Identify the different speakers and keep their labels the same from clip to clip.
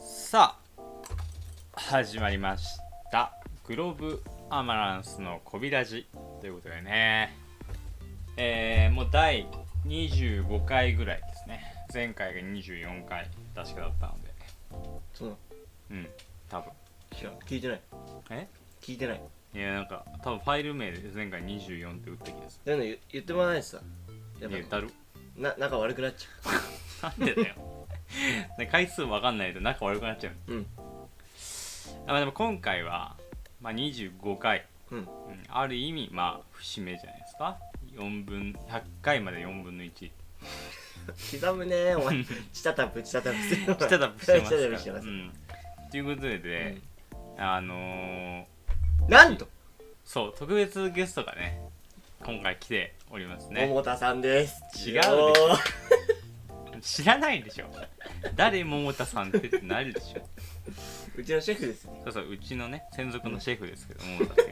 Speaker 1: さあ始まりましたグローブアマランスのこびラジということでねえー、もう第25回ぐらいですね前回が24回確かだったので
Speaker 2: そうなの
Speaker 1: うん多分
Speaker 2: 知らん聞いてない
Speaker 1: え
Speaker 2: 聞いてない
Speaker 1: いやなんか多分ファイル名で前回24って打った気がす
Speaker 2: でも言言ってもらわないとさや
Speaker 1: る
Speaker 2: っ
Speaker 1: いやだる
Speaker 2: ぱな仲悪くなっちゃ
Speaker 1: なんでだよ で回数わかんないと仲悪くなっちゃう
Speaker 2: ううん
Speaker 1: あまあでも今回は、まあ、25回
Speaker 2: うん
Speaker 1: うんある意味まあ節目じゃないですか4分100回まで4分の1し
Speaker 2: 刻む ねお前チタタプチタタプしてる
Speaker 1: たたぶしてますか
Speaker 2: チタタプして
Speaker 1: ら
Speaker 2: ま
Speaker 1: と、
Speaker 2: す
Speaker 1: うん、ということで、あのー、
Speaker 2: なんと
Speaker 1: そう特別ゲストがね今回来ておりますね
Speaker 2: 桃田さんです
Speaker 1: 違うでしょ知らないでしょ誰桃田さんってってなるでしょ
Speaker 2: うちのシェフですね
Speaker 1: そうそううちのね専属のシェフですけど桃田さ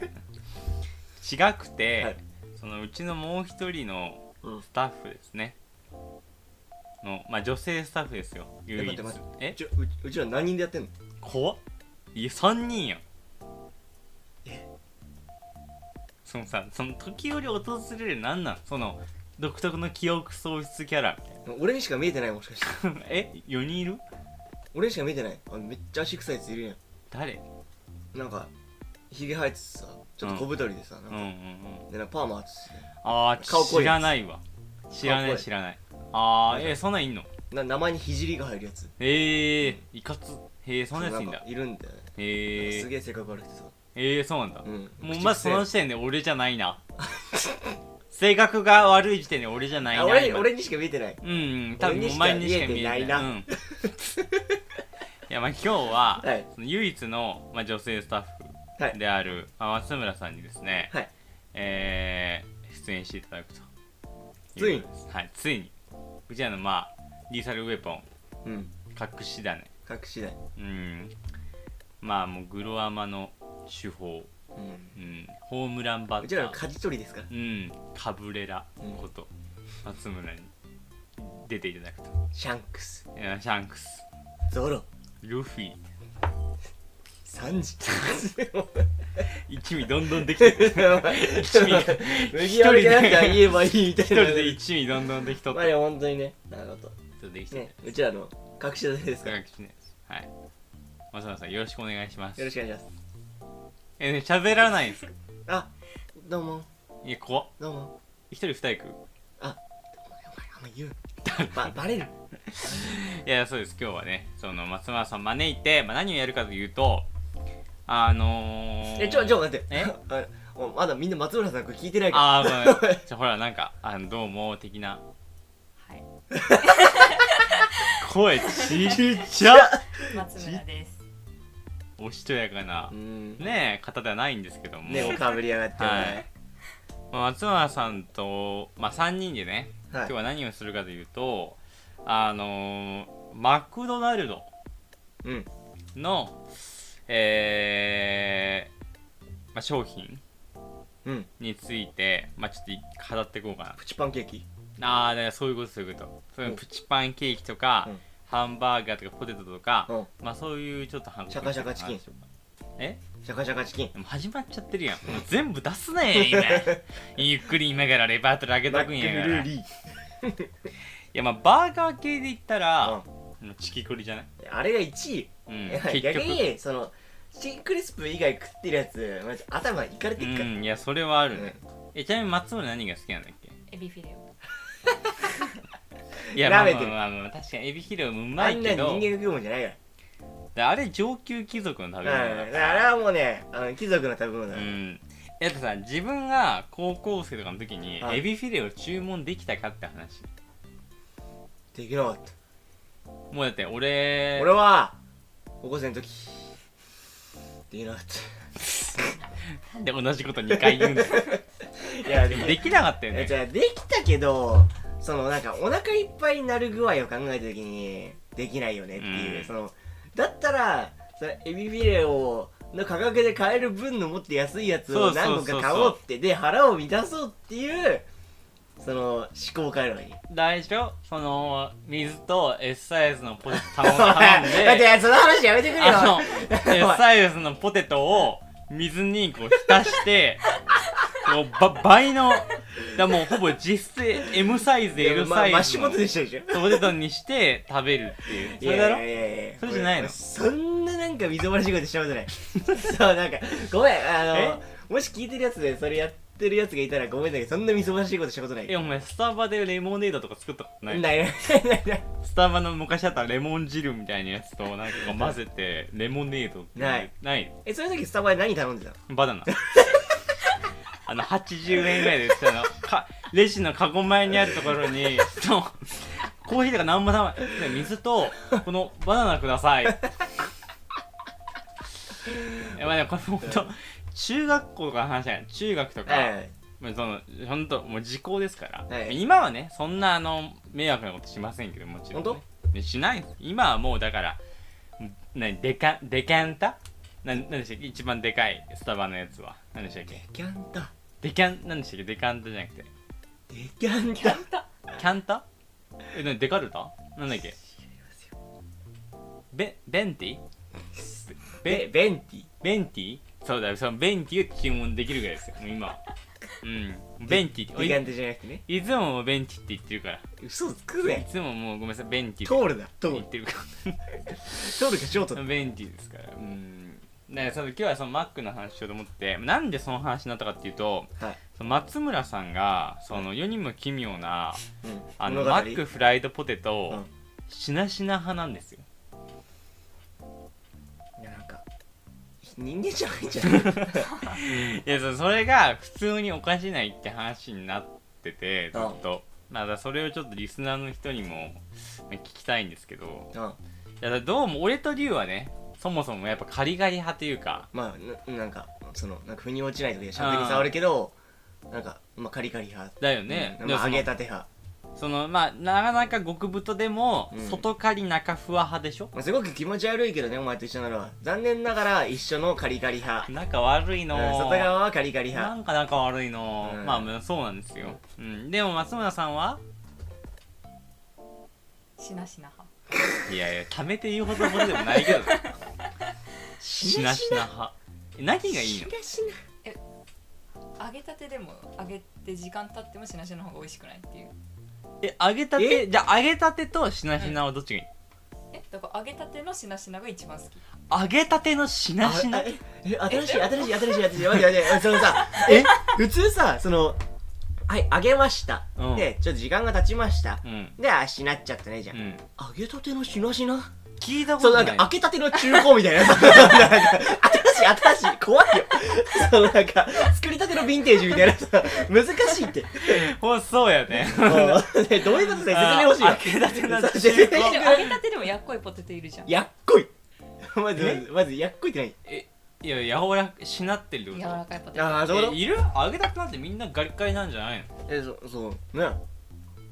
Speaker 1: ん違くて、
Speaker 2: はい
Speaker 1: そのうちのもう一人の
Speaker 2: うん
Speaker 1: スタッフですねのまあ女性スタッフですよ唯一
Speaker 2: え待って待
Speaker 1: え
Speaker 2: うちううちは何人でやってんの
Speaker 1: 怖っいや3人やんそのさその時折訪れるなんなんその独特の記憶喪失キャラみ
Speaker 2: 俺にしか見えてないもしかして
Speaker 1: たいな え4人いる
Speaker 2: 俺にしか見えてないあめっちゃ足臭いやついるや
Speaker 1: 誰
Speaker 2: んなんかひげ生えててさちょっと小太りでさ、な
Speaker 1: うんんう
Speaker 2: か
Speaker 1: んうん
Speaker 2: でなんかパーマ当ててて
Speaker 1: ああ
Speaker 2: 顔濃いや
Speaker 1: 知ら
Speaker 2: つ
Speaker 1: ないわ知らな
Speaker 2: 顔
Speaker 1: い
Speaker 2: 濃い
Speaker 1: 知らないああ
Speaker 2: なんか
Speaker 1: えそんなんいんの
Speaker 2: な名前にひじりが入るやつ
Speaker 1: ええいかつへえそんなやついん
Speaker 2: な
Speaker 1: だ
Speaker 2: かいるんだよねなん
Speaker 1: へ
Speaker 2: か
Speaker 1: え
Speaker 2: すげえ性格悪くてさ
Speaker 1: えー、そうなんだ、
Speaker 2: うん
Speaker 1: もう
Speaker 2: 口
Speaker 1: まずそ
Speaker 2: 癖
Speaker 1: の時点で俺じゃないな 性格が悪い時点で俺じゃないな
Speaker 2: あ俺
Speaker 1: 今
Speaker 2: 俺にしか見えてない
Speaker 1: うん、多分
Speaker 2: 俺に
Speaker 1: お
Speaker 2: しか
Speaker 1: 前にしか見え
Speaker 2: 見えて
Speaker 1: な
Speaker 2: ないいな
Speaker 1: うんいやまあ今日は、
Speaker 2: はい
Speaker 1: その唯一の、まあ、女性スタ
Speaker 2: は
Speaker 1: ッフ
Speaker 2: い
Speaker 1: である、まあ松村さんにですね、
Speaker 2: はい
Speaker 1: えー出演していただくと
Speaker 2: ついに
Speaker 1: うことですはいついにうちらのまあリーサルウェポン
Speaker 2: うん
Speaker 1: 隠しだね
Speaker 2: 隠しない
Speaker 1: うんまあもうグロアマの手法、
Speaker 2: う
Speaker 1: うん、ホームランバ
Speaker 2: んう
Speaker 1: ッ
Speaker 2: ち
Speaker 1: タ
Speaker 2: らの
Speaker 1: ー
Speaker 2: 舵取りですから
Speaker 1: うんカブレラ
Speaker 2: うん
Speaker 1: こと松村に出ていただくと
Speaker 2: シャンクス
Speaker 1: いやシャンクス
Speaker 2: ゾロ
Speaker 1: ルフィ
Speaker 2: サンジ
Speaker 1: 一味どんどんできてる 一味
Speaker 2: 麦わらキャラクター言えばいいみたい
Speaker 1: 一
Speaker 2: な
Speaker 1: 人で一味どんどんできとっ
Speaker 2: ま
Speaker 1: た
Speaker 2: あ
Speaker 1: ち
Speaker 2: ね本当にねなるほど
Speaker 1: ょっとできて
Speaker 2: ね
Speaker 1: て
Speaker 2: うちらの隠し立てです
Speaker 1: そ
Speaker 2: か
Speaker 1: れ
Speaker 2: ら
Speaker 1: が
Speaker 2: よ
Speaker 1: きついですはい松村さんよろしくお願いします
Speaker 2: ろしくお願いします
Speaker 1: えね喋らないんですか
Speaker 2: あどうも
Speaker 1: いや怖っ
Speaker 2: どうも
Speaker 1: 一人二役
Speaker 2: お前あんま言うばバレる
Speaker 1: いやそうです今日はねその松村さん招いて、まあ、何をやるかというとあのー、
Speaker 2: えちょちょ待って
Speaker 1: え
Speaker 2: あおまだみんな松村さんこれ聞いてないから
Speaker 1: ああごめんじゃあほらなんかあのどうも的な
Speaker 3: はい、
Speaker 1: 声ちっちゃ
Speaker 3: 松村です。
Speaker 1: おしとやかな
Speaker 2: うんね
Speaker 1: ねえ方ではないんですけども、
Speaker 2: もうかぶりやがって
Speaker 1: はいまあ松村さんと、まあ、3人でね
Speaker 2: は
Speaker 1: 今日は何をするかというとあのーマクドナルド
Speaker 2: うん
Speaker 1: のえーまあ、商品
Speaker 2: うん
Speaker 1: について、まあ、ちょっと語っていこうか
Speaker 2: プチパンケーキ
Speaker 1: なあーだからそういうことそういうことそういうプチパンケーキとか、
Speaker 2: うん
Speaker 1: ハンバーガーとかポテトとか、
Speaker 2: うん
Speaker 1: まあそういうちょっと反
Speaker 2: シャカシャカチキン
Speaker 1: え
Speaker 2: シャカシャカチキン
Speaker 1: もう始まっちゃってるやんもう全部出すなよ 今ゆっくり今からレパートリー上げ
Speaker 2: マ
Speaker 1: と
Speaker 2: ッ
Speaker 1: く
Speaker 2: ク
Speaker 1: ん
Speaker 2: ル
Speaker 1: やから
Speaker 2: ー
Speaker 1: い
Speaker 2: リー
Speaker 1: やまあバーガー系で言ったら
Speaker 2: あ、
Speaker 1: もうチキコリじゃない、
Speaker 2: あれが1位、
Speaker 1: うん、
Speaker 2: いや
Speaker 1: 結
Speaker 2: 逆
Speaker 1: 局
Speaker 2: にそのチキンクリスプ以外食ってるやつマジ頭いかれてっか
Speaker 1: う
Speaker 2: ら、
Speaker 1: んいやそれはあるね、
Speaker 2: う
Speaker 1: えちなみに松村何が好きなんだっけ
Speaker 3: エビフィレオ。
Speaker 1: いやまあ
Speaker 2: 舐め
Speaker 1: まあ
Speaker 2: てる
Speaker 1: まあ、まあ、確かにエビフィレオう
Speaker 2: あん
Speaker 1: ま
Speaker 2: ないに
Speaker 1: け
Speaker 2: 人
Speaker 1: ど
Speaker 2: 間食うもんじゃないか
Speaker 1: であれ上級貴族の食べ物
Speaker 2: ら、う
Speaker 1: だ
Speaker 2: ん、
Speaker 1: か
Speaker 2: だからあ
Speaker 1: ら
Speaker 2: れはもうねあの貴族の食べ物だ
Speaker 1: う
Speaker 2: から、
Speaker 1: んだってさ自分が高校生とかの時に
Speaker 2: はい
Speaker 1: エビフィレオ注文できたかって話
Speaker 2: できなかった、
Speaker 1: もうだって俺
Speaker 2: 俺は高校生の時できなかっ
Speaker 1: なんで同じこと2回言うんだよ
Speaker 2: たいやでき
Speaker 1: できなかったよ
Speaker 2: え
Speaker 1: ね
Speaker 2: じゃあできたけどそのなんかお腹いっぱいになる具合を考えた時にできないよねっていう、
Speaker 1: うん
Speaker 2: そのだったらそのエビフィレオの価格で買える分のもっと安いやつ
Speaker 1: そ
Speaker 2: を
Speaker 1: うそうそう
Speaker 2: 何
Speaker 1: そう
Speaker 2: 個か買おうってで腹を満たそうっていうその思考回路に
Speaker 1: 大丈夫その水と S サイズのポテト頼ん
Speaker 2: だ
Speaker 1: で
Speaker 2: ってその話やめてくれよ
Speaker 1: あの
Speaker 2: おい
Speaker 1: S サイズのポテトを水にこう浸してこうば倍のだからもうほぼ実質 M サイズ L
Speaker 2: ま
Speaker 1: サイ
Speaker 2: マッ
Speaker 1: ズ
Speaker 2: シュ
Speaker 1: の
Speaker 2: ポ
Speaker 1: ポ
Speaker 2: テトでしたでしょ
Speaker 1: テトにして食べるっていうそれだろ
Speaker 2: いやいやいやいや
Speaker 1: それじゃないの
Speaker 2: そんななんか溝漏らしいことしたことない そうなんかごめんあのもし聞いてるやつでそれやってるやつがいたらごめんだけどそんな溝漏らしいことしたことない
Speaker 1: えお前スタバでレモネードとか作ったことな
Speaker 2: ない
Speaker 1: い
Speaker 2: ないないない
Speaker 1: スタバの昔あったレモン汁みたいなやつとなんか混ぜてレモネードってう
Speaker 2: ない
Speaker 1: ない
Speaker 2: えその時スタバで何頼んでたの
Speaker 1: バナナ あの80円ぐらいで売ってたのかレジのカゴ前にあるところにそのコーヒーとか何もたま水とこのバナナくださいえまあでもこれ本当中学校とかの話じゃない中学とか、
Speaker 2: はいはい
Speaker 1: まあその本当もう時効ですから、
Speaker 2: はい
Speaker 1: 今はねそんなあの迷惑なことしませんけどもちろん、ね、
Speaker 2: 本
Speaker 1: ねしないです今はもうだから何デカデカンタななんでしたっけ一番でかいスタバのやつは何でしたっけ
Speaker 2: デキャンタ
Speaker 1: デキャン何でしたっけデカンタじゃなくて
Speaker 2: デキャンタ
Speaker 1: キャンタえなデカルタなんだっけベベンティ
Speaker 2: ベ
Speaker 1: ベ
Speaker 2: ベンティ
Speaker 1: ベンティそうだよそのベンティを注文できるぐらいですよもう今はうんベンティ
Speaker 2: デキャン
Speaker 1: って
Speaker 2: タじゃなくてね
Speaker 1: いいつももうベンティって言ってるから
Speaker 2: 嘘つく
Speaker 1: い
Speaker 2: ぜ
Speaker 1: つももうごめんなさいベンティって
Speaker 2: トールだトー
Speaker 1: 言
Speaker 2: ル
Speaker 1: ってるから
Speaker 2: トールかショートだ
Speaker 1: 便利ですからうんだからその今日はそのマックの話しようと思ってなんでその話になったかっていうと
Speaker 2: はい
Speaker 1: その松村さんがその世にも奇妙な
Speaker 2: うん
Speaker 1: あの
Speaker 2: 物語
Speaker 1: マックフライドポテト、
Speaker 2: うん
Speaker 1: しなしな派なんですよ
Speaker 2: いやなんか人間じゃないじゃん
Speaker 1: いやそそれが普通におかしないって話になっててずっと、まあだからそれをちょっとリスナーの人にもまあ聞きたいんですけど
Speaker 2: うん
Speaker 1: いやだからどうも俺と龍はねそもそもやっぱカリガリ派というか
Speaker 2: まあななんかそのなんか腑に落ちないとかしゃべり触るけどなんか、まあ、カリカリ派
Speaker 1: だよね、
Speaker 2: うん
Speaker 1: で
Speaker 2: ま
Speaker 1: もそ
Speaker 2: あ、揚
Speaker 1: の
Speaker 2: げたて派、
Speaker 1: そのまあなかなか極太でも、
Speaker 2: うん
Speaker 1: 外刈り中ふわ派でしょ
Speaker 2: まあ、すごく気持ち悪いけどねお前と一緒なのは残念ながら一緒のカリカリ派、うん、
Speaker 1: 仲悪いの
Speaker 2: 外側はカリカリ
Speaker 1: な
Speaker 2: 派
Speaker 1: んか仲悪いの、
Speaker 2: うん
Speaker 1: まあまあそうなんですよ、うん、でも松村さんは
Speaker 3: しなしな派
Speaker 1: いやいやためて言うほどものでもない けどしなしな派え何がいいの
Speaker 2: なし
Speaker 3: 揚げたてでも揚げて時間経ってもしなしなの方が美味しくないっていう
Speaker 1: え揚げたて
Speaker 2: え
Speaker 1: じゃあ揚げたてとしなしなはどっちがいい、
Speaker 3: えだから揚げたてのしなしなが一番好き
Speaker 1: 揚げたてのしな
Speaker 2: な
Speaker 1: しな
Speaker 2: あええ新しい新しい新しい新しい待って待ってその さ
Speaker 1: え
Speaker 2: 普通さそのはい揚げました、
Speaker 1: うん
Speaker 2: でちょっと時間が経ちました
Speaker 1: う、ん
Speaker 2: であしなっちゃったねじゃ、
Speaker 1: うんん
Speaker 2: 揚げたてのしなしな
Speaker 1: 聞いたこ
Speaker 2: そう
Speaker 1: とな
Speaker 2: ないんか開けたての中古みたい ななんか新しい新しい怖いよそうなんか作りたてのヴィンテージみたいなさ難し いって
Speaker 1: ほんそうやね
Speaker 2: うんねどういうことだよ説明欲しい
Speaker 1: あー開けたての中古
Speaker 2: そう説明
Speaker 3: で
Speaker 2: し
Speaker 3: も
Speaker 2: て
Speaker 3: 揚げたてでもやっこいポテトいるじゃん
Speaker 2: やっこいまず
Speaker 1: え
Speaker 2: まずやっこいって
Speaker 1: えいや柔らかしなってるってこ
Speaker 3: 柔
Speaker 1: と
Speaker 3: らかいポテ
Speaker 2: 何
Speaker 3: ト
Speaker 2: ああそういう
Speaker 1: えいる揚げたてなんてみんなガリガリなんじゃないの
Speaker 2: ことえそそうね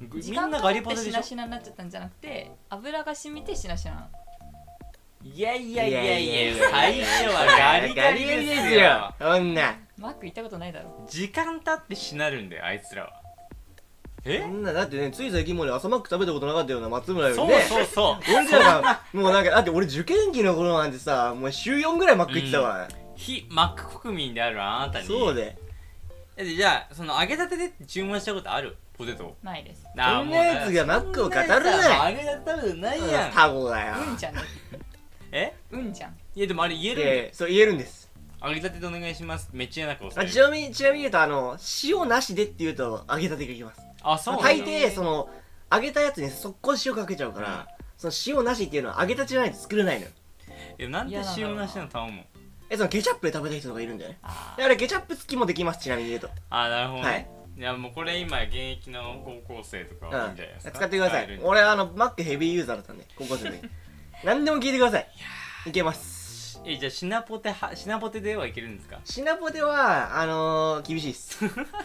Speaker 1: ぐみ
Speaker 3: 時
Speaker 1: ん
Speaker 3: 間
Speaker 1: な
Speaker 3: が
Speaker 1: ガ
Speaker 3: 経
Speaker 1: リ
Speaker 3: っ
Speaker 1: ポ
Speaker 3: て
Speaker 1: テ
Speaker 3: し
Speaker 1: で
Speaker 3: な
Speaker 1: し
Speaker 3: しなになっちゃったんじゃなくて油が染みてしなしななの
Speaker 1: ょいやい
Speaker 2: やいやいやいや
Speaker 1: 最初はガリガリですよ
Speaker 2: そんな
Speaker 3: マック行ったことないだろ
Speaker 1: 時間経ってしなるんだよあいつらは
Speaker 2: そ
Speaker 1: え
Speaker 2: んなだってねつい最近まで朝マック食べたことなかったような松村より
Speaker 1: そう
Speaker 2: ね
Speaker 1: そうそう
Speaker 2: 俺らがもうなんかだって俺受験期の頃なんてさもう週4ぐらいマック行ってたわ
Speaker 1: 非マック国民であるあなたに
Speaker 2: そうで
Speaker 1: えじゃあその揚げたてで注文したことあるポテト
Speaker 3: ないです
Speaker 1: あ
Speaker 2: そんなやつがマックを語るな
Speaker 1: そんなやつは揚げたて食べてないやん
Speaker 2: タコだよ
Speaker 3: うんじゃんだって
Speaker 1: え
Speaker 3: うんじゃん
Speaker 1: いやでもあれ言えるんだよ
Speaker 2: でそう言えるんです
Speaker 1: 揚げたてでお願いしますめっちゃなくお
Speaker 2: あ
Speaker 1: 世
Speaker 2: ちなみにちなみに言うとあの塩なしでって言うと揚げたてがいきます
Speaker 1: あそうなんだ
Speaker 2: 大抵その揚げたやつに速攻塩かけちゃうから、その塩なしっていうのは揚げたてじゃないと作れないのよ
Speaker 1: えなんで塩なしなの頼むの
Speaker 2: えそのケチャップで食べたい人とかいるんだよね
Speaker 3: あ
Speaker 2: であれケチャップ付きもできますちなみに言うと
Speaker 1: あなるほどね、
Speaker 2: はい
Speaker 1: い、やもうこれ今現役の高校生とかはいいんじゃないです
Speaker 2: うん、
Speaker 1: か、
Speaker 2: 使ってくださ
Speaker 1: 使え
Speaker 2: い
Speaker 1: るんで
Speaker 2: 俺あのマックヘビーユーザーだったんで高校生で 何でも聞いてくださいいけます
Speaker 1: えじゃあシナポテはシナポテではいけるんですか、
Speaker 2: シナポテはあのー、厳しい っす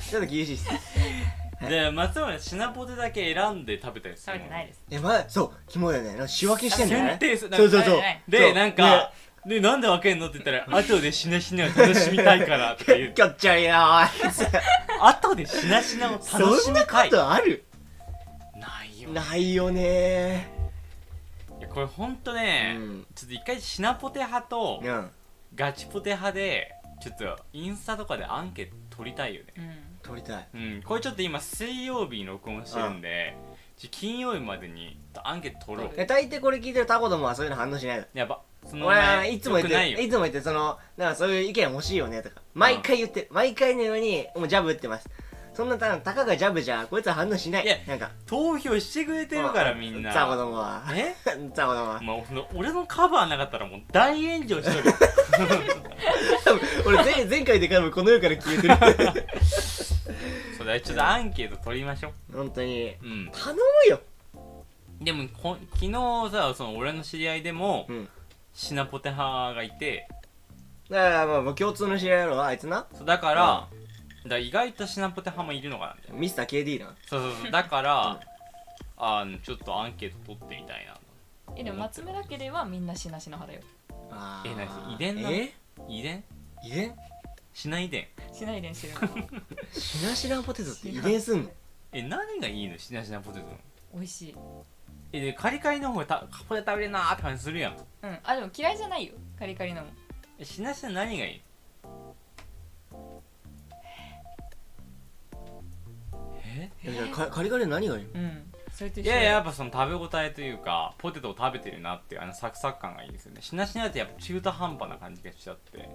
Speaker 2: ちょっと厳しいっす
Speaker 1: で松村シナポテだけ選んで食べたりす
Speaker 3: 食
Speaker 1: る
Speaker 3: べてないです
Speaker 2: えまそうキモいよねなんか仕分けしてんだよね
Speaker 1: 選定する
Speaker 2: そうそう
Speaker 3: 食べ
Speaker 2: そう
Speaker 3: てない
Speaker 1: でなんか、でなんで分けんのって言ったら後でしなしなを楽しみたいからって言う
Speaker 2: きょっちょいなおい
Speaker 1: 後でしなしなを楽しみたい
Speaker 2: そんなことある
Speaker 1: ないよ
Speaker 2: ないよね
Speaker 1: いやこれほんとね、
Speaker 2: うん
Speaker 1: ちょっと一回シナポテ派と
Speaker 2: うん
Speaker 1: ガチポテ派でちょっとインスタとかでアンケート取りたいよね
Speaker 3: うん
Speaker 2: 撮りたい
Speaker 1: うんこれちょっと今水曜日に録音してるんでちょ金曜日までにアンケート取ろう
Speaker 3: 取る
Speaker 2: え大抵これ聞いてるタコどもはそういうの反応しないの
Speaker 1: やばその
Speaker 2: 俺はいつも言
Speaker 1: よ
Speaker 2: っ
Speaker 1: くな
Speaker 2: て
Speaker 1: い
Speaker 2: る
Speaker 1: よ
Speaker 2: いつも言ってるそのなんかそういう意見欲しいよねとか毎回言ってる毎回のようにもうジャブ打ってますそんなたたかがジャブじゃこいつは反応しない
Speaker 1: いや
Speaker 2: なんか
Speaker 1: 投票してくれてるからみんな
Speaker 2: ザコどもは
Speaker 1: え
Speaker 2: ザコどもは
Speaker 1: まあ、俺の俺のカバーなかったらもう大炎上しとる よ
Speaker 2: 多分俺前前回で多分この世から消えてる
Speaker 1: そうだちょっとアンケート取りましょ
Speaker 2: 本当に
Speaker 1: ううん
Speaker 2: 頼むよ
Speaker 1: でもこ昨日さその俺の知り合いでも、
Speaker 2: うん
Speaker 1: シナポテ派がいて
Speaker 2: だからまあもう共通の知り合いのあいつな
Speaker 1: そうだから,、だから意外とシナポテ派もいるのかなみたいな
Speaker 2: ミスター KD な
Speaker 1: そうそうそうだから、あのちょっとアンケート取ってみたいな
Speaker 3: えでも松村家ではみんなしなしの派だよ
Speaker 2: あ
Speaker 1: え
Speaker 2: ー
Speaker 1: 何遺伝なの
Speaker 2: え
Speaker 1: 遺伝
Speaker 2: 遺伝
Speaker 1: シナ遺伝
Speaker 3: しない練習
Speaker 2: しなしなポテトって遺伝すんの
Speaker 1: え何がいいのシナシナポテトの
Speaker 3: 美味しい
Speaker 1: えでカリカリの方がたポテト食べれるなーって感じするやん
Speaker 3: うんあでも嫌いじゃないよカリカリのも
Speaker 1: えシナシナ何がいいえ
Speaker 2: いやかカリカリの何がいいの
Speaker 3: うんそれと
Speaker 1: い
Speaker 3: 一緒
Speaker 1: や
Speaker 3: だ
Speaker 1: い
Speaker 3: よ
Speaker 1: ややっぱその食べ応えというかポテトを食べてるなっていうあのサクサク感がいいですよねしなしなってやっぱ中途半端な感じがしちゃって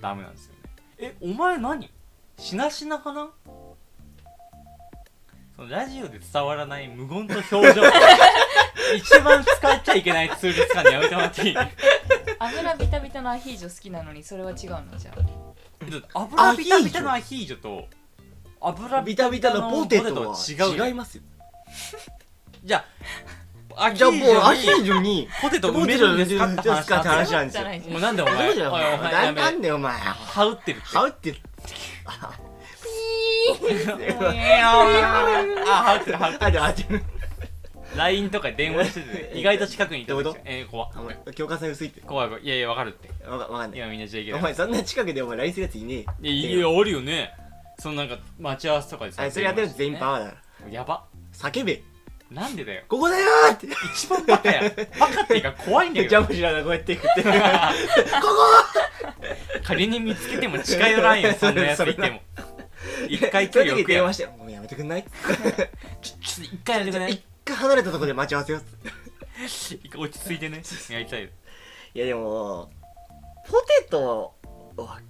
Speaker 1: ダメなんですよねえお前何しなしなかなそのラジオで伝わらない無言と表 情一番使っちゃいけないツール使うのやめてもらっていいだ
Speaker 3: 油ビタビタのアヒージョ好きなのにそれは違うのじゃあ
Speaker 1: って油ビタビタのアヒージョと油
Speaker 2: ビタビタのポテトは
Speaker 1: ポテトは違うよ
Speaker 2: 違いますよ
Speaker 1: じゃあアヒ
Speaker 2: じゃあもうア
Speaker 1: ー
Speaker 2: ヒ
Speaker 1: ジョ
Speaker 2: ー
Speaker 1: に
Speaker 2: ジョに
Speaker 1: ポテト埋めるんですかって話なんですよ
Speaker 2: 話なんですよ
Speaker 3: ないじゃ
Speaker 1: もうんなんでお前
Speaker 2: そうじゃん
Speaker 1: おい
Speaker 2: お
Speaker 1: お前や
Speaker 2: 前何
Speaker 1: め
Speaker 2: なんだよお前
Speaker 1: 羽打ってるって
Speaker 2: 羽打ってる
Speaker 1: あ羽打ってる羽打って
Speaker 2: あでもあでも
Speaker 1: る LINE とか電話してて意外と近くにいた
Speaker 2: どういうこと
Speaker 1: えー怖っ
Speaker 2: あお前境界線薄いって
Speaker 1: 怖い怖いいやいやわかるって
Speaker 2: わかわかんない
Speaker 1: 今みんな JK
Speaker 2: お
Speaker 1: だ
Speaker 2: 前そんな近くでお前 LINE するやついねえよ
Speaker 1: いやいやおるよねそのなんか待ち合わせとかで
Speaker 2: あれそれやってるやつ全員パ
Speaker 1: ワ
Speaker 2: ワーだから
Speaker 1: ーやば
Speaker 2: 叫べ
Speaker 1: なんでだよ
Speaker 2: ここだよーって
Speaker 1: 一番バカやバカっていうか怖いんだけ
Speaker 2: ジャン
Speaker 1: ど
Speaker 2: プしながらこうやって食ってここ
Speaker 1: 仮に見つけても近寄らん よそんなやついても一回距
Speaker 2: 距
Speaker 1: 離
Speaker 2: 離
Speaker 1: 置く
Speaker 2: 電
Speaker 1: やん
Speaker 2: 話してもうやめてくんない
Speaker 1: ちょちょっと一回やってくれない
Speaker 2: 一回離れたとこで待ち合わせようって
Speaker 1: 一回落ち着いてねやりたいよ
Speaker 2: いやでもポテトは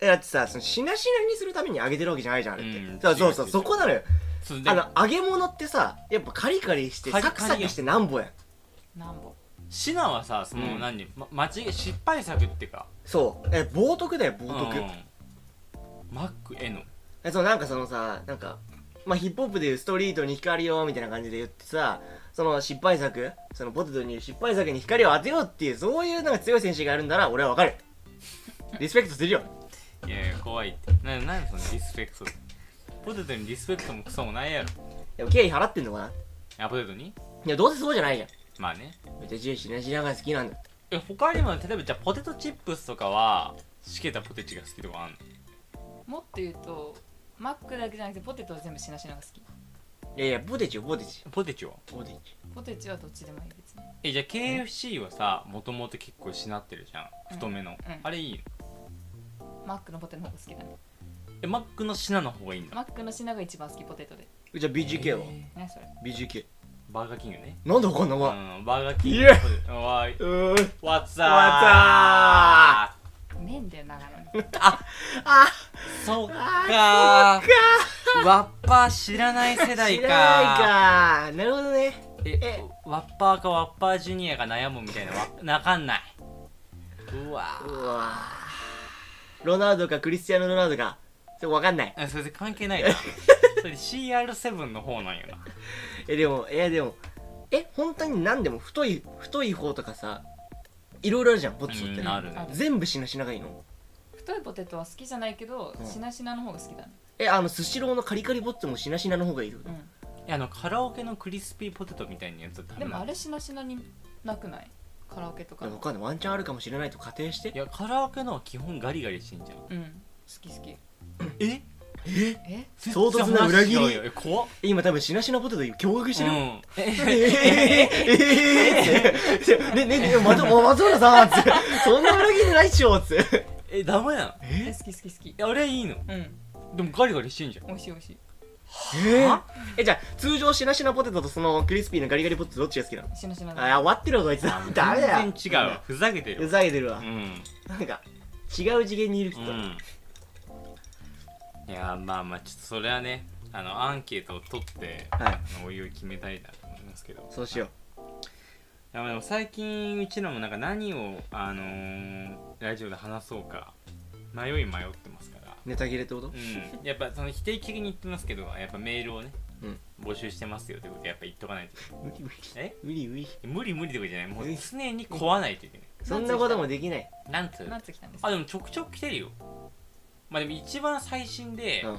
Speaker 2: えだってさそのしなしなにするために揚げてるわけじゃないじゃんあれって、
Speaker 1: うん
Speaker 2: そうそうそ
Speaker 1: 違う違う違
Speaker 2: う
Speaker 1: う
Speaker 2: そこなのよ
Speaker 1: そうで
Speaker 2: あの揚げ物ってさやっぱカリカリして
Speaker 1: カ
Speaker 2: サ
Speaker 1: リカリ
Speaker 2: クサクしてなんぼやん
Speaker 3: 何本
Speaker 1: シナはさその
Speaker 2: うん
Speaker 1: 何、ま、間違い失敗作っていうか
Speaker 2: そうえ冒涜だよ冒涜、
Speaker 1: うんマックへの
Speaker 2: えそのなんかそのさなんかまあヒップホップでいうストリートに光をみたいな感じで言ってさその失敗作そのポテトに失敗作に光を当てようっていうそういうなんか強い選手がいるんだら俺はわか るリスペクトするよ
Speaker 1: いやいや怖いってななんでそのリスペクトポテトにリスペクトもクソもないやろ
Speaker 2: でも敬意払ってんのかない
Speaker 1: あポテトに
Speaker 2: やどうせそうじゃないじゃん
Speaker 1: まあね
Speaker 2: めっちゃジューシーなしなが好きなんだよ
Speaker 1: え他にも例えばじゃあポテトチップスとかはしけたポテチが好きとかあんの
Speaker 3: もっと言うとマックだけじゃなくてポテトは全部しなしなが好き
Speaker 2: いやいやポテチよポテチ
Speaker 1: ポテチは
Speaker 2: ポテチ
Speaker 3: ポテチはどっちでもいい別に
Speaker 1: えじゃあ KFC はさもともと結構しなってるじゃん太めの、
Speaker 3: うん
Speaker 1: あれいいの
Speaker 3: マックのポテトの方が好きだね
Speaker 1: えマックのシナの方がいいんだ
Speaker 3: マックのしなが一番好きポテトで
Speaker 2: じゃあ BGK は
Speaker 1: え
Speaker 3: 何それ
Speaker 2: BGK
Speaker 1: ーバーガーキングね
Speaker 2: なんでわかんのお
Speaker 1: う
Speaker 2: 前
Speaker 1: んバーガーキング
Speaker 2: いや
Speaker 1: わ
Speaker 2: うーん
Speaker 1: What's
Speaker 2: up？
Speaker 1: up?
Speaker 3: 麺だよ長野に
Speaker 2: あ
Speaker 1: そっかーワッパー知らない世代
Speaker 2: 知
Speaker 1: から
Speaker 2: ないかなるほどね
Speaker 1: えワッパーかワッパージュニアが悩むみたいなわなかんないうわ
Speaker 2: うわーロナウドかクリスティアーノ・ロナウドかそれわかんない
Speaker 1: あそれ関係ないなそれ CR7 の方なんよな
Speaker 2: えでもえでもえ本当に何でも太い太い方とかさいろいろあるじゃんポテトって
Speaker 1: うんあるね
Speaker 3: ある
Speaker 2: 全部しなしながいいの
Speaker 3: 太いポテトは好きじゃないけど、
Speaker 2: うん
Speaker 3: しなしなの方が好きだね
Speaker 2: えあのスシローのカリカリポテトもしなしなの方がいいってこ
Speaker 3: う
Speaker 2: と、
Speaker 3: ん
Speaker 1: いやあのカラオケのクリスピーポテトみたいなやつはダメ
Speaker 3: でも
Speaker 1: な
Speaker 3: あ
Speaker 1: の
Speaker 3: れしなしなになくないカラオケとか
Speaker 2: でもわかんないワンチャンあるかもしれないと仮定して
Speaker 1: いやカラオケのは基本ガリガリしてんじゃん
Speaker 3: うん好き好き
Speaker 1: え
Speaker 3: え
Speaker 2: 唐突な裏切
Speaker 1: 全
Speaker 2: り
Speaker 1: 然話違うよえ怖っ
Speaker 2: 今多分しなしなポテト驚愕してるよ、
Speaker 1: うん
Speaker 2: えー、えー、えー、ってねねねまともう松村さんっつってそんな裏切りないっしょっつって
Speaker 1: えダメなのい
Speaker 3: え好き好き好き
Speaker 1: やあれはいいの
Speaker 3: うん
Speaker 1: でもガリガリしてんじゃ ん
Speaker 3: 美味しい美味しい
Speaker 2: ええじゃあ通常しなしなポテトとそのクリスピーのガリガリポテトどっちが好きなの
Speaker 3: しなしな
Speaker 2: ああ終わってるわこいつダメだ
Speaker 1: 全
Speaker 2: よ
Speaker 1: 然違うわふざけてる
Speaker 2: う
Speaker 1: わ
Speaker 2: ざいでる
Speaker 1: う
Speaker 2: わ、
Speaker 1: ん
Speaker 2: なんか違う次元にいる人、
Speaker 1: うんいやまあまあちょっとそれはねあのアンケートを取って、
Speaker 2: はい
Speaker 1: あのお湯を決めたいなと思いますけど
Speaker 2: そうしよ
Speaker 1: いやでも最近うちらもなんか何を、あのーラジオで話そうか迷い迷ってますから、
Speaker 2: うネタ切れってこと
Speaker 1: うん、やっぱその否定的に言ってますけどやっぱメールをね、
Speaker 2: うん
Speaker 1: 募集してますよということでやっぱ言っとかないと
Speaker 2: 無理無
Speaker 1: え
Speaker 2: 理無理無理
Speaker 1: 無理無理とかじゃないもう
Speaker 2: え
Speaker 1: 常に壊わないといけない、
Speaker 2: そんなこともできない
Speaker 1: なんつう
Speaker 3: 何つ来たんです
Speaker 1: あ
Speaker 3: か
Speaker 1: でもちょくちょく来てるよまあでも一番最新で、
Speaker 2: うん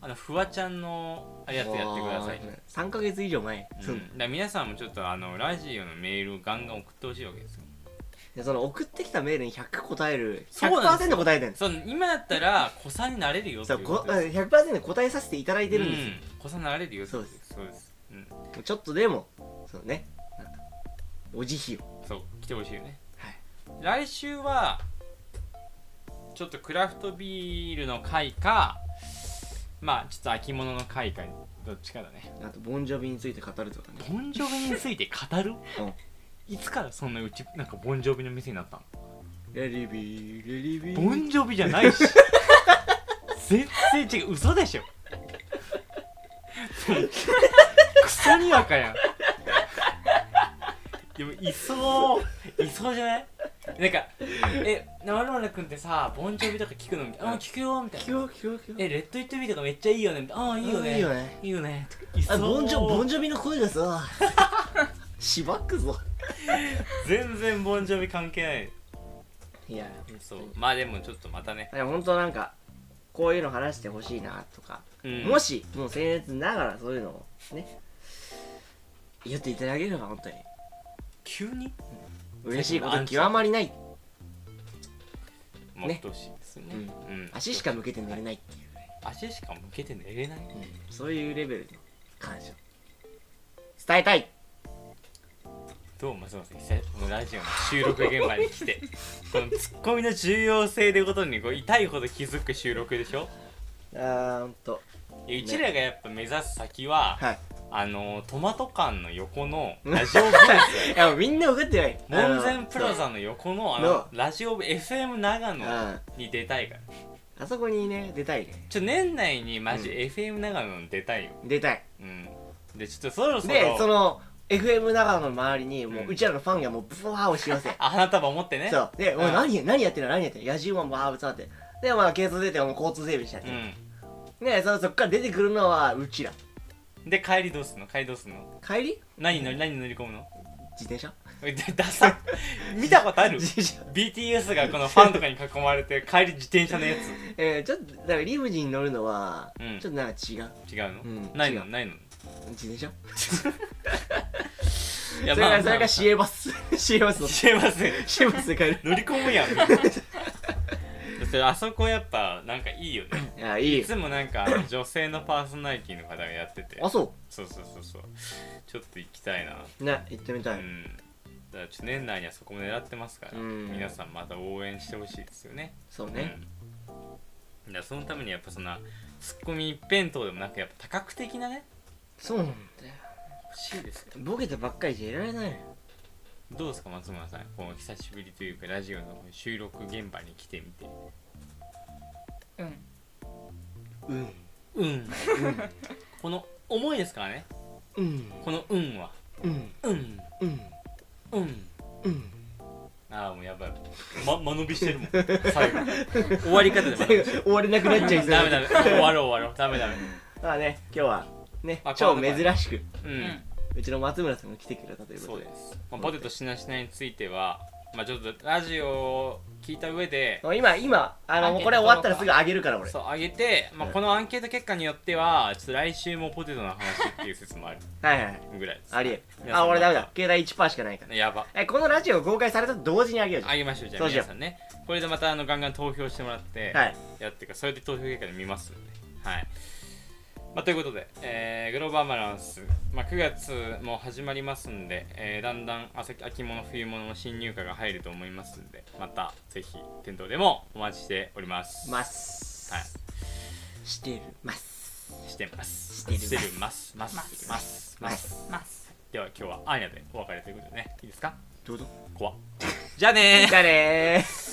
Speaker 1: あのフワちゃんのあれやつやってください、
Speaker 2: 3ヶ月以上前、
Speaker 1: うん、
Speaker 2: その
Speaker 1: だから皆さんもちょっとあのラジオのメールをガンガン送ってほしいわけですよ
Speaker 2: でその送ってきたメールに100答える
Speaker 1: そうなんです
Speaker 2: 100%答えてるんです
Speaker 1: そう今だったら子さんになれるよって
Speaker 2: そ
Speaker 1: いうう
Speaker 2: こ
Speaker 1: ことです
Speaker 2: 100%答えさせていただいてるんです
Speaker 1: うん、子さんになれるよって
Speaker 2: そうです
Speaker 1: そうです、うん、
Speaker 2: す、ちょっとでもそうねなんかお慈悲を
Speaker 1: そう来てほしいよね
Speaker 2: はい
Speaker 1: 来週はちょっとクラフトビールの回かまあちょっと秋物の回かどっちかだね
Speaker 2: あとボンジョビについて語るってことね
Speaker 1: ボンジョビについて語る、
Speaker 2: うん
Speaker 1: いつからそんなうちなんかボンジョビの店になったの
Speaker 2: レリビーレリビー
Speaker 1: ボンジョビじゃないし全然違う嘘でしょクソにわかやんでもいそういそうじゃないなんか「えなまるくんってさボンジョビとか聞くの?」みたいな「あ聞くよ」みたい
Speaker 2: 聞
Speaker 1: な
Speaker 2: こう聞こう聞
Speaker 1: 「
Speaker 2: こ
Speaker 1: えレッド・イット・ビーとかめっちゃいいよね」みたいな「ああ
Speaker 2: う
Speaker 1: いいよ
Speaker 2: うん
Speaker 1: ね
Speaker 2: いいよね
Speaker 1: いいよね」いそ
Speaker 2: あ
Speaker 1: う
Speaker 2: ボンジョボンジョビの声がさ しばくぞ
Speaker 1: 全然ボンジョビ関係ない
Speaker 2: いや
Speaker 1: そうまあでもちょっとまたね
Speaker 2: でも本当なんかこういうの話してほしいなとか、
Speaker 1: うん
Speaker 2: もしもう僭越ながらそういうのをね言っていただければ本当に
Speaker 1: 急に
Speaker 2: 嬉しいこと極まりない
Speaker 1: 持ってほしいですね
Speaker 2: う
Speaker 1: うん
Speaker 2: 足しか向けて寝れないっていう、
Speaker 1: 足しか向けて寝れない
Speaker 2: そういうレベルの感謝伝えたい
Speaker 1: どうもすみません久々このラジオの収録現場に来 てこのツッコミの重要性でことにこう痛いほど気づく収録でしょ
Speaker 2: あーほんと
Speaker 1: いやうちらがやっぱ目指す先は、
Speaker 2: はい
Speaker 1: あのトマト館の横のラジオブース
Speaker 2: いやみんな分かってない
Speaker 1: 門前プラザの横のあの
Speaker 2: の
Speaker 1: ラジオ部 FM 長
Speaker 2: あ
Speaker 1: 野
Speaker 2: の
Speaker 1: に出たいから
Speaker 2: うんあそこにね出たいね
Speaker 1: ちょ年内にマジ
Speaker 2: うん
Speaker 1: FM 長野に出たいよ、
Speaker 2: 出たい
Speaker 1: うん、でちょっとそろそろ
Speaker 2: でその FM 長野の周りにもう、
Speaker 1: う
Speaker 2: うんちらのファンがもうブワー押し寄せ
Speaker 1: あ花束持ってね
Speaker 2: そうで、お
Speaker 1: う
Speaker 2: い
Speaker 1: ん
Speaker 2: 何何やってんの何やってんの野獣馬もバーブさってでまあ警察出てもう交通整備しちゃって、
Speaker 1: う
Speaker 2: ねそそっから出てくるのはうちら
Speaker 1: んで帰りどうすんの帰りどうすんの
Speaker 2: 帰り
Speaker 1: 何乗り何乗り込むの
Speaker 2: 自転車
Speaker 1: ダサ見たことあ る
Speaker 2: 自転車
Speaker 1: BTS がこのファンとかに囲まれて帰り自転車のや
Speaker 2: えー、ちょっとだからリムジンに乗るのは、
Speaker 1: うん
Speaker 2: ちょっとなんか違う
Speaker 1: つ違うの、
Speaker 2: うん
Speaker 1: ない
Speaker 2: 違
Speaker 1: の
Speaker 2: う
Speaker 1: ないの
Speaker 2: 自転車
Speaker 1: い
Speaker 2: それからそれから市営 バス市営バス乗って
Speaker 1: 知りません
Speaker 2: 市営バスで帰る
Speaker 1: 乗り込む やんそれあそこやっぱなんか いいよね
Speaker 2: いやいい
Speaker 1: いつもなんかあの女性のパーソナリティの方がやってて
Speaker 2: あそ
Speaker 1: そうそうそうそうちょっと行きたいな
Speaker 2: うね行ってみた
Speaker 1: う
Speaker 2: い、
Speaker 1: んだからちょっと年内にはそこも狙ってますから、
Speaker 2: うん
Speaker 1: 皆さんまた応援してほしいですよね
Speaker 2: そうね、
Speaker 1: うん、だからそのためにやっぱそんなツッコミ弁当でもなくやっぱ多角的なね
Speaker 2: そうなんだよ
Speaker 1: 欲しいですよ
Speaker 2: ボケてばっかりじゃいられないの
Speaker 1: どうですか松村さんこの久しぶりというかラジオの収録現場に来てみて
Speaker 3: うん
Speaker 2: うん
Speaker 1: うん この重いですからね
Speaker 2: うん
Speaker 1: この「うん」は
Speaker 2: うん
Speaker 1: 「うん
Speaker 2: うん」
Speaker 1: 「うん
Speaker 2: うん」
Speaker 1: ああもうやばい、ま、間延びしてるもん最後 終わり方でも
Speaker 2: 終われなくなっちゃいそう
Speaker 1: ダメダメ終わろう終わろうダメダメ
Speaker 2: まあね今日はね
Speaker 1: あ
Speaker 2: 超珍しく
Speaker 1: う
Speaker 3: うんん
Speaker 2: うちの松村さんが来てくれたという
Speaker 1: そ
Speaker 2: こ
Speaker 1: う
Speaker 2: とで
Speaker 1: です、まあ、ポテトしなしなについてはまあちょっとラジオを聞いた上で
Speaker 2: 今今あのもうこれ終わったらすぐあげるから俺
Speaker 1: そう上げて、まあ、
Speaker 2: うん
Speaker 1: このアンケート結果によってはちょっと来週もポテトの話っていう説もある
Speaker 2: はいはいはい
Speaker 1: ぐらいです
Speaker 2: ありえる
Speaker 1: 皆さん
Speaker 2: あ俺ダメだ携帯1%しかないから
Speaker 1: やば
Speaker 2: えこのラジオ公開されたと同時にあげようじゃ
Speaker 1: あげましょうじゃ
Speaker 2: そ
Speaker 1: あ
Speaker 2: うしよ
Speaker 1: 皆
Speaker 2: う
Speaker 1: さんねこれでまたあのガンガン投票してもらって、
Speaker 2: んはい
Speaker 1: やってかそれで投票結果で見ますんではい、まあ、ということで、えーグローバーマランス、まあ、9月も始まりますんで、えーだんだん秋秋物冬物の新入荷が入ると思いますんでまたぜひ店頭でもお待ちしております
Speaker 2: ます
Speaker 1: はい
Speaker 2: してるます
Speaker 1: してます
Speaker 2: してるます
Speaker 1: ますますますます
Speaker 2: ます
Speaker 3: ます
Speaker 1: では今日はアーニャでお別れということでねいいですか
Speaker 2: どうぞ
Speaker 1: 怖っじゃあねー
Speaker 2: じゃあねー